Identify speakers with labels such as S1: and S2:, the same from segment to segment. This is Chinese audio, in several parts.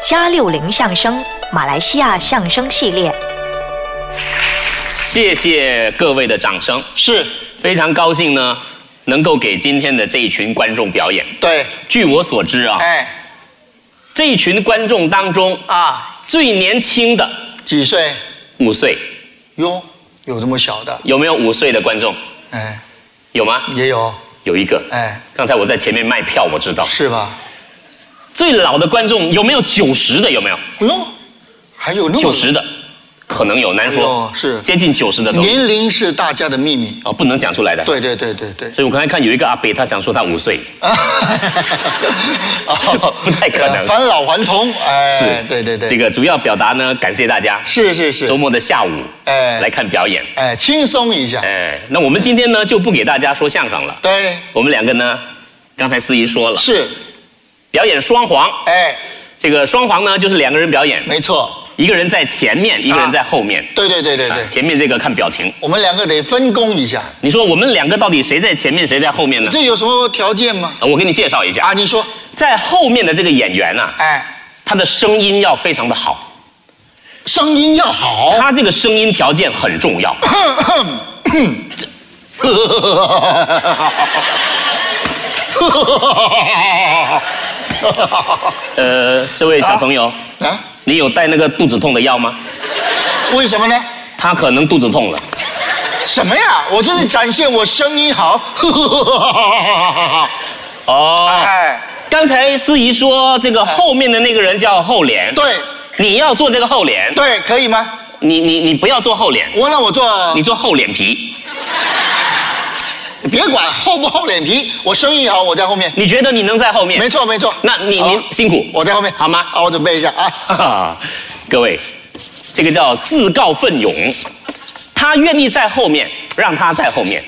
S1: 加六零相声马来西亚相声系列。
S2: 谢谢各位的掌声，
S3: 是
S2: 非常高兴呢，能够给今天的这一群观众表演。
S3: 对，
S2: 据我所知啊，
S3: 哎
S2: 这一群观众当中
S3: 啊，
S2: 最年轻的
S3: 几岁？
S2: 五岁，
S3: 哟，有这么小的？
S2: 有没有五岁的观众？
S3: 哎，
S2: 有吗？
S3: 也有，
S2: 有一个。
S3: 哎，
S2: 刚才我在前面卖票，我知道。
S3: 是吧？
S2: 最老的观众有没有九十的？有没有
S3: 哟，还有那么
S2: 九十的？可能有，难说
S3: 有。哎是
S2: 接近九十的都
S3: 年龄是大家的秘密。
S2: 哦，不能讲出来的。。
S3: 对对对对对。
S2: 所以我刚才看有一个阿伯，他想说他五岁，
S3: 啊
S2: 不太可能
S3: 哦呃返老还童，哎，对对对，
S2: 这个主要表达呢，感谢大家
S3: 是是
S2: 周
S3: 是，
S2: 末的下午
S3: 哎
S2: 来看表演。
S3: 哎，轻松一下，
S2: 哎，那我们今天呢就不给大家说相声了，
S3: 对，
S2: 我们两个呢，刚才司仪说了，
S3: 是，
S2: 表演双簧。
S3: 哎，
S2: 这个双簧呢就是两个人表演，
S3: 没错，
S2: 一个人在前面，一个人在后面。
S3: 对对对对
S2: 啊
S3: 对，
S2: 前面这个看表情。
S3: 我们两个得分工一下，
S2: 你说我们两个到底谁在前面，谁在后面呢？呃
S3: 这有什么条件吗？
S2: 我给你介绍一下，
S3: 啊，你说，
S2: 在后面的这个演员啊，
S3: 哎，
S2: 他的声音要非常的好，
S3: 声音要好，
S2: 他这个声音条件很重要。呃，这位小朋友，
S3: 啊？
S2: 你有带那个肚子痛的药吗？
S3: 为什么呢？
S2: 他可能肚子痛了。
S3: 什么呀？我这是展现我声音好。
S2: 哦，
S3: 哎，
S2: 刚才司仪说这个后面的那个人叫后脸，
S3: 对
S2: 你要做这个后脸，
S3: 对，可以吗？
S2: 你你你不要做后脸，
S3: 我那我做
S2: 你，做后脸皮。
S3: 你别管厚不厚脸皮，我声音好，我在后面。
S2: 你觉得你能在后面？
S3: 没错没错。
S2: 那你
S3: 好
S2: 你辛苦，
S3: 我在后面
S2: 好吗
S3: 啊，我准备一下啊。
S2: 哈哈， 各位，这个叫自告奋勇，他愿意在后面，让他在后面。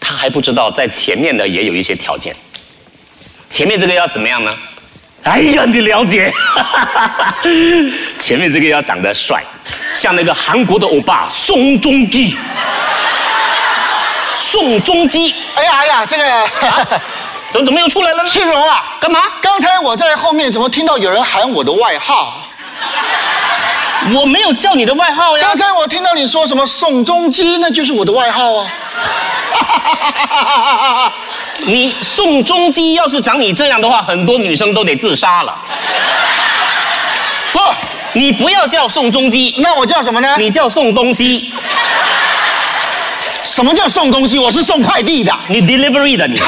S2: 他还不知道在前面的也有一些条件，前面这个要怎么样呢？哎呀，你了解， 前面这个要长得帅，像那个韩国的欧巴宋仲基，宋仲基，
S3: 哎呀哎呀，这个
S2: 怎么怎么又出来了呢？
S3: 庆荣啊，
S2: 干嘛？
S3: 刚才我在后面怎么听到有人喊我的外号？
S2: 我没有叫你的外号呀
S3: 刚。才我听到你说什么宋仲基，那就是我的外号啊。
S2: 你宋仲基要是长你这样的话，很多女生都得自杀了。
S3: 不，
S2: 你不要叫宋仲基，
S3: 那我叫什么呢？
S2: 你叫宋东西，
S3: 什么叫送东西？我是送快递的。
S2: 你 delivery 的你。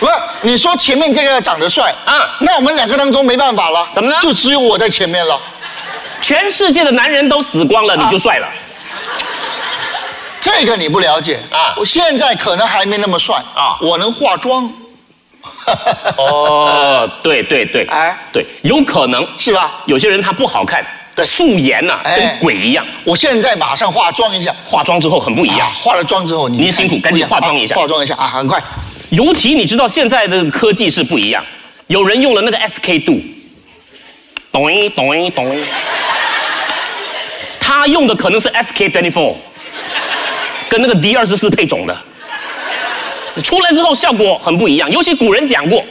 S3: 不是，你说前面这个长得帅，
S2: 嗯
S3: 那我们两个当中没办法了，
S2: 怎么了
S3: 就只有我在前面了，
S2: 全世界的男人都死光了，
S3: 啊
S2: 你就帅了。
S3: 这个你不了解
S2: 啊
S3: 啊。我现在可能还没那么帅
S2: 啊
S3: 啊，我能化妆，
S2: 哦，对对对，哎
S3: 哎，
S2: 对，有可能
S3: 是吧？
S2: 有些人他不好看，
S3: 对
S2: 素颜呐、
S3: 哎
S2: 跟鬼一样，
S3: 我现在马上化妆一下，
S2: 化妆之后很不一样。
S3: 啊化了妆之后你
S2: 啊您辛苦赶紧化妆一下
S3: 啊化妆一下啊，很快。
S2: 尤其你知道现在的科技是不一样，有人用了那个 SK two，懂一懂一懂一，他用的可能是 SK twenty four，跟那个 D 二十四配种的，出来之后效果很不一样。尤其古人讲过，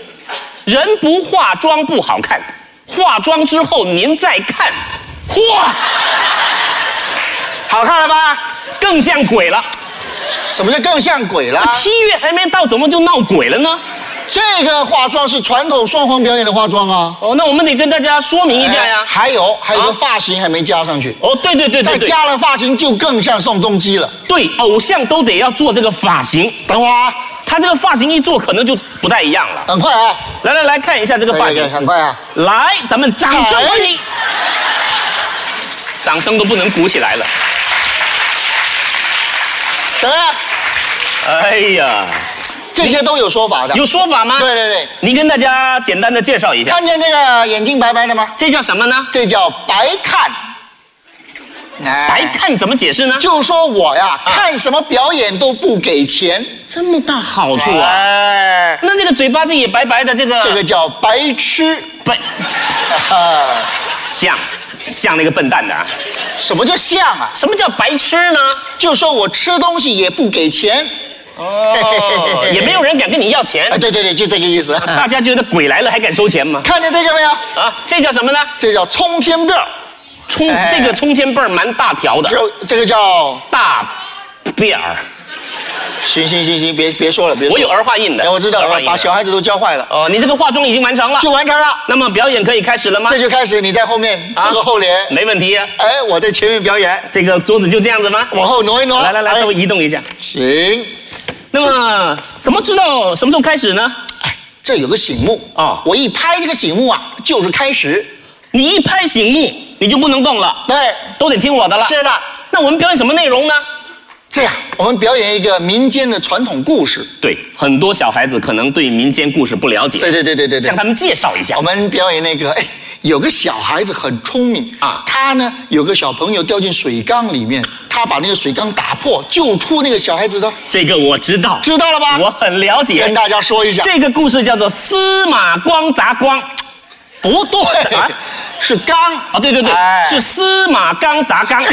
S2: 人不化妆不好看，化妆之后您再看，嚯，
S3: 好看了吧？
S2: 更像鬼了。
S3: 什么叫更像鬼了？
S2: 七月还没到，怎么就闹鬼了呢？
S3: 这个化妆是传统双簧表演的化妆啊。
S2: 哦，那我们得跟大家说明一下呀
S3: 哎。还有还有
S2: 啊
S3: 个发型还没加上去，
S2: 哦，对对对对
S3: 再
S2: 对。
S3: 加了发型就更像宋仲基了。
S2: 对，偶像都得要做这个发型，
S3: 等会儿啊，
S2: 他这个发型一做，可能就不太一样了。
S3: 很快啊，
S2: 来来来看一下这个发
S3: 对对，
S2: 型，
S3: 很快啊。
S2: 来，咱们掌声欢
S3: 哎
S2: 迎，掌声都不能鼓起来了。
S3: 怎么样？
S2: 哎呀，
S3: 啊这些都有说法的。
S2: 有说法吗？
S3: 哎对哎对对，
S2: 您跟大家简单的介绍一下，
S3: 看见这个眼睛白白的吗？
S2: 这叫什么呢？
S3: 这叫白看。哎
S2: 白看啊怎么解释呢？
S3: 就说我呀，看什么表演都不给钱。
S2: 这么大好处啊！
S3: 哎，
S2: 那这个嘴巴这也白白的，这个
S3: 这个叫白痴。
S2: 白像像那个笨蛋的啊？
S3: 什么叫像啊？
S2: 什么叫白痴呢？
S3: 就说我吃东西也不给钱。
S2: 哦， 也没有人敢跟你要钱
S3: 哎，，对对对，就这个意思。
S2: 大家觉得鬼来了还敢收钱吗？
S3: 看见这个没有？
S2: 啊，这叫什么呢？
S3: 这叫冲天辫儿，
S2: 冲
S3: 哎
S2: 这个冲天辫儿蛮大条的，
S3: 这这个叫
S2: 大辫儿，
S3: 行行行行，别别说了，别说
S2: 我
S3: 了。
S2: 有儿化音的，
S3: 哎，我知道
S2: 儿化，音的
S3: 把小孩子都教坏了，
S2: 哦，你这个化妆已经完成了，
S3: 就完成了。
S2: 那么表演可以开始了吗
S3: 这？就开始你在后面
S2: 啊
S3: 这个后脸，
S2: 没问题啊，
S3: 哎，我在前面表演，
S2: 这个桌子就这样子吗？
S3: 往后挪一挪。
S2: 来来来，
S3: 哎
S2: 稍微移动一下。
S3: 行，
S2: 那么怎么知道什么时候开始呢？
S3: 哎，这有个醒目
S2: 啊
S3: 我一拍这个醒目啊，就是开始。
S2: 你一拍醒目，你就不能动了，
S3: 对，
S2: 都得听我的了。
S3: 是的。
S2: 那我们表演什么内容呢？
S3: 这样我们表演一个民间的传统故事。
S2: 对，很多小孩子可能对民间故事不了解，
S3: 对对对对对哦对
S2: 向。他们介绍一下
S3: 我。们表演那个，哎，有个小孩子很聪明
S2: 啊
S3: 他呢有个小朋友掉进水缸里面，他把那个水缸打破，救出那个小孩子的，
S2: 这个我知道，
S3: 知道了 吧？
S2: 我很了解
S3: 跟。大家说一下，
S2: 这个故事叫做司马光砸缸
S3: 不对，
S2: 啊
S3: 是缸
S2: 啊，对对对，
S3: 哎
S2: 是司马刚砸 缸。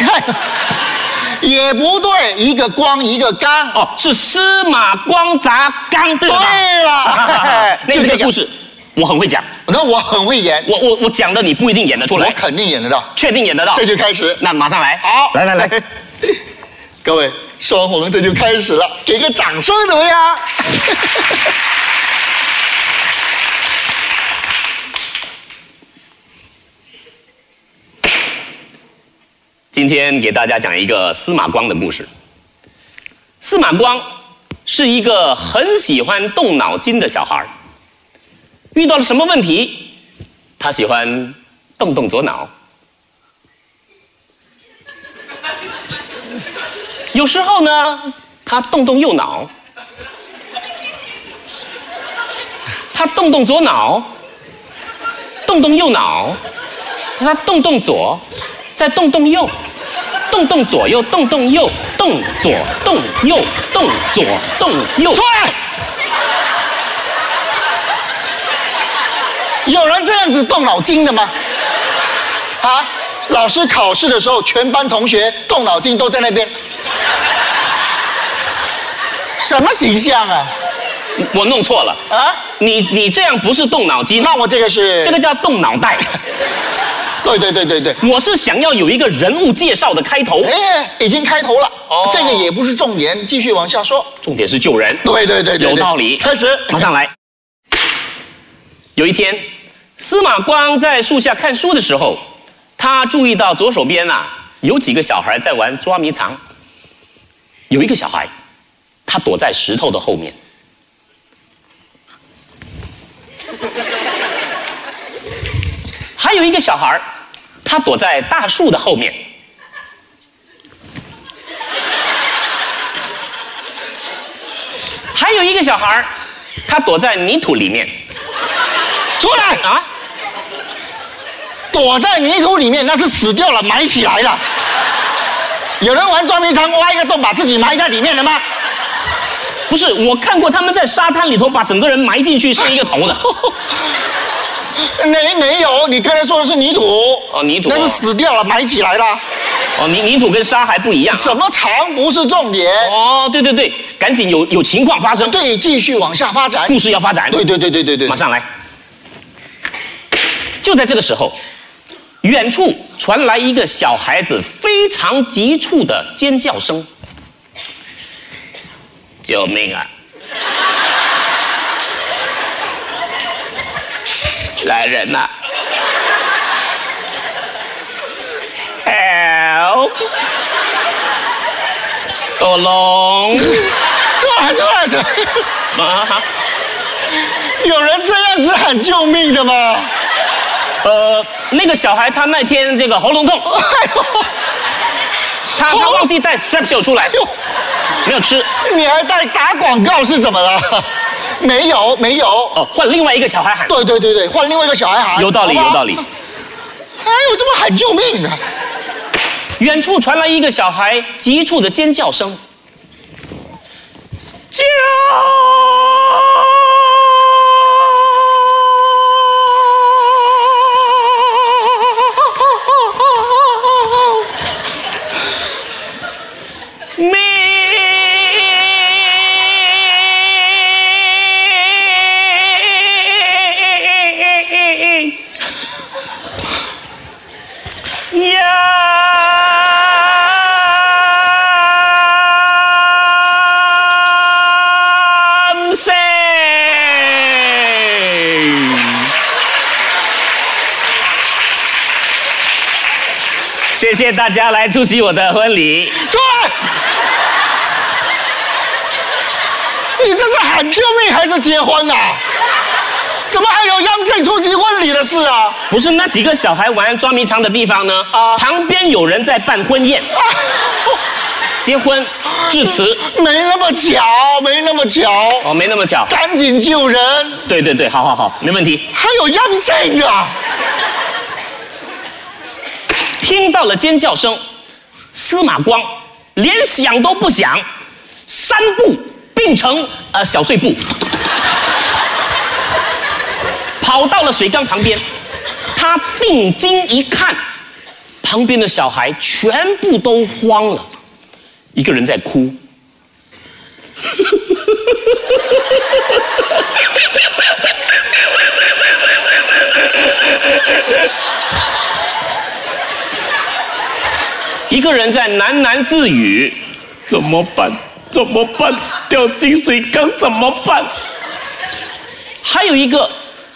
S3: 也不对，一个光一个缸，
S2: 哦，是司马光砸缸，对吧？
S3: 对了
S2: 那
S3: 就
S2: 个
S3: 这
S2: 这
S3: 个
S2: 个故事，我很会讲，
S3: 那我很会演，
S2: 我我我讲的你不一定演得出
S3: 我
S2: 来，
S3: 肯定演得到，
S2: 确定演得到。
S3: 这就开始，
S2: 那马上来。
S3: 好，
S2: 来来来，
S3: 各位，双红这就开始了，给个掌声怎么样？
S2: 今天给大家讲一个司马光的故事。司马光是一个很喜欢动脑筋的小孩儿遇到了什么问题，他喜欢动动左脑。有时候呢，他动动右脑，他动动左脑，动动右脑，他动动左，再动动右，动动左右，动动右，动左，动右，动左，动右。
S3: 出来！有人这样子动脑筋的吗？啊，老师考试的时候，全班同学动脑筋都在那边，什么形象啊？
S2: 我弄错了，
S3: 啊，
S2: 你你这样不是动脑筋，
S3: 那我这个是
S2: 这个叫动脑袋。
S3: 对对对对对，
S2: 我是想要有一个人物介绍的开头，
S3: 哎，已经开头了，
S2: 哦
S3: 这个也不是重点，继续往下说。
S2: 重点是救人。
S3: 对对对对对
S2: 有道理。
S3: 开始，
S2: 马上来。有一天，司马光在树下看书的时候，他注意到左手边啊有几个小孩在玩捉迷藏。有一个小孩，他躲在石头的后面。还有一个小孩，他躲在大树的后面。还有一个小孩儿，他躲在泥土里面
S3: 出来，
S2: 啊，
S3: 躲在泥土里面，那是死掉了，埋起来了。有人玩捉迷藏，挖一个洞把自己埋在里面的吗？
S2: 不是，我看过他们在沙滩里头把整个人埋进去剩一个头的。
S3: 没没有，你刚才说的是泥土
S2: 哦泥土
S3: 那是死掉了，埋起来了。
S2: 哦，泥泥土跟沙还不一样啊。
S3: 怎么藏不是重点，
S2: 哦，对对对，赶紧有有情况发生，
S3: 对，继续往下发展。
S2: 故事要发展。
S3: 对对对对对对，
S2: 马上来。就在这个时候，远处传来一个小孩子非常急促的尖叫声：“救命啊！ 来人呐、！Help！多隆
S3: 出来出来出来！
S2: 啊！
S3: 有人这样子喊救命的吗？哎
S2: 呃，那个小孩他那天这个喉咙痛，
S3: 哎
S2: 他他忘记带 strep 袖出来，
S3: 哎呦，
S2: 没有吃。
S3: 你还带打广告是怎么了？没有没有，
S2: 哦，换另外一个小孩喊，
S3: 对对对对，换另外一个小孩喊，
S2: 有道理，
S3: 好不
S2: 有
S3: 好
S2: 道理。
S3: 哎，我怎么喊救命啊呢？
S2: 远处传来一个小孩急促的尖叫声：“救命！”杨森。谢谢大家来出席我的婚礼。
S3: 出来！你这是喊救命还是结婚啊？怎么还有央视出席婚礼的事啊？
S2: 不是那几个小孩玩捉迷藏的地方呢？
S3: 啊
S2: 旁边有人在办婚宴，
S3: 啊
S2: 结婚致辞。
S3: 没那么巧，没那么巧，
S2: 哦，没那么巧。
S3: 赶紧救人！
S2: 对对对，好好好，没问题。
S3: 还有央视啊！
S2: 听到了尖叫声，司马光连想都不想，三步并成呃小碎步，跑到了水缸旁边。他定睛一看，旁边的小孩全部都慌了，一个人在哭。一个人在喃喃自语：“怎么办？怎么办？掉进水缸怎么办？”还有一个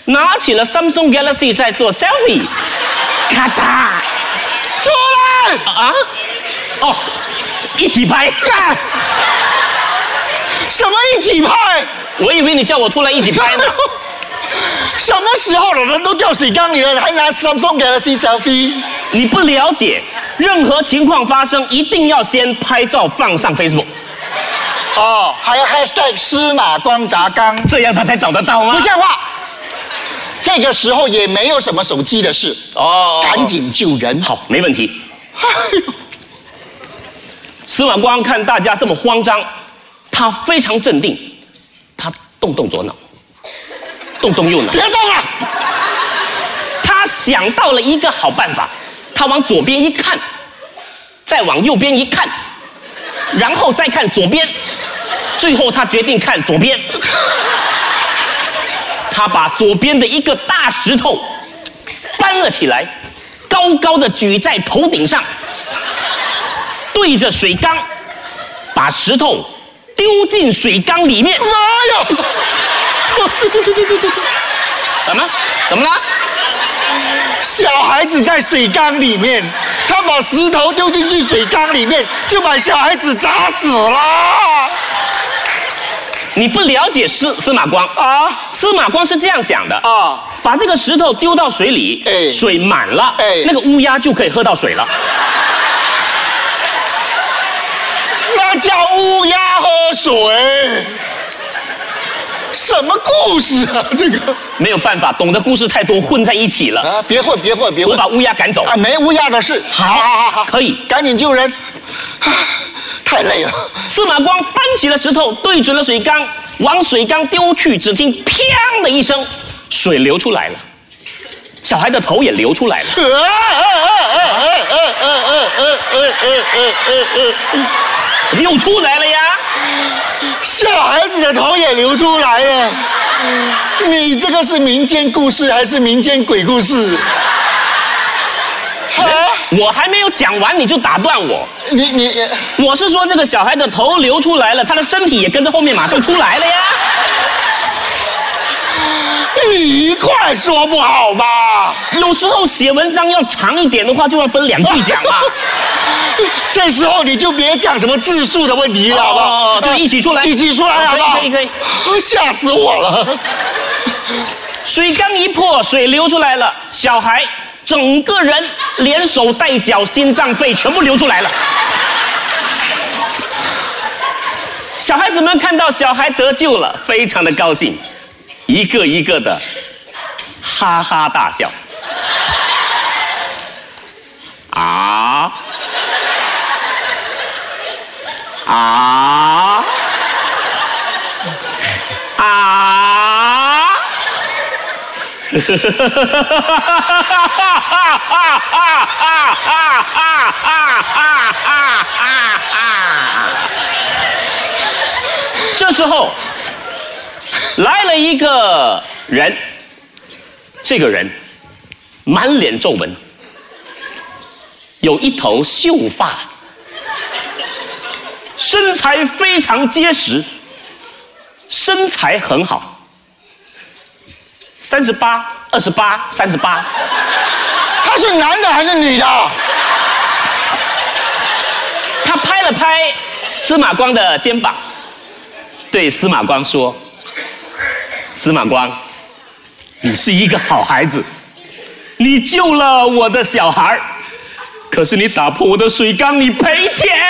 S2: 拿起了 Samsung Galaxy 在做 selfie，咔嚓
S3: 出来！
S2: 啊！哦，一起 拍。
S3: 干！什么一起拍？
S2: 我以为你叫我出来一起拍呢。
S3: 什么时候了，人都掉水缸里了，还拿 Samsung Galaxy selfie？
S2: 你不了解，任何情况发生一定要先拍照放上 Facebook，
S3: 哦，还要 hashtag 司马光砸缸，
S2: 这样他才找得到吗
S3: 不？像话。这个时候也没有什么手机的事，
S2: 哦
S3: 赶紧救人。
S2: 好，没问题。
S3: 哎呦，
S2: 司马光看大家这么慌张，他非常镇定，他动动左脑，动动右脑，
S3: 别动了，
S2: 他想到了一个好办法，他往左边一看，再往右边一看，然后再看左边，最后他决定看左边。他把左边的一个大石头搬了起来，高高的举在头顶上，对着水缸，把石头丢进水缸里面。
S3: 妈呀！
S2: 怎么？怎么了？
S3: 小孩子在水缸里面，他把石头丢进去水缸里面，就把小孩子砸死了
S2: 你不了解司司马光
S3: 啊！
S2: 司马光是这样想的
S3: 啊
S2: 啊，把这个石头丢到水里，
S3: 哎
S2: 水满了，
S3: 哎
S2: 那个乌鸦就可以喝到水了。
S3: 那叫乌鸦喝水，什么故事啊？这个
S2: 没有办法，懂得故事太多，混在一起了。
S3: 啊，别混，别混，别
S2: 我
S3: 混
S2: 把乌鸦赶走，
S3: 啊！没乌鸦的事。
S2: 好可以
S3: 赶紧救人，啊太累了。
S2: 司马光搬起了石头，对准了水缸，往水缸丢去，只听“砰”的一声，水流出来了，小孩的头也流出来了。怎么又出来了呀？
S3: 小孩子的头也流出来了，你这个是民间故事还是民间鬼故事？啊，
S2: 我还没有讲完你就打断我。
S3: 你你
S2: 我是说，这个小孩的头流出来了，他的身体也跟着后面马上出来了呀。
S3: 你一块说不好吧？
S2: 有时候写文章要长一点的话，就要分两句讲嘛。
S3: 这时候你就别讲什么字数的问题了，好不
S2: 哦哦
S3: 好？
S2: 哦就一起出来
S3: 一起出来，好不好？
S2: 可以可以
S3: 以， 吓死我了！
S2: 水缸一破，水流出来了，小孩整个人连手带脚、心脏、肺全部流出来了。小孩子们看到小孩得救了，非常的高兴，一个一个的哈哈大笑。啊啊啊！ 这时候来了一个人，这个人满脸皱纹，有一头秀发，身材非常结实，身材很好。三十八、二十八、三十八，
S3: 他是男的还是女的？
S2: 他拍了拍司马光的肩膀，对司马光说：“司马光，你是一个好孩子，你救了我的小孩儿可是你打破我的水缸，你赔钱。”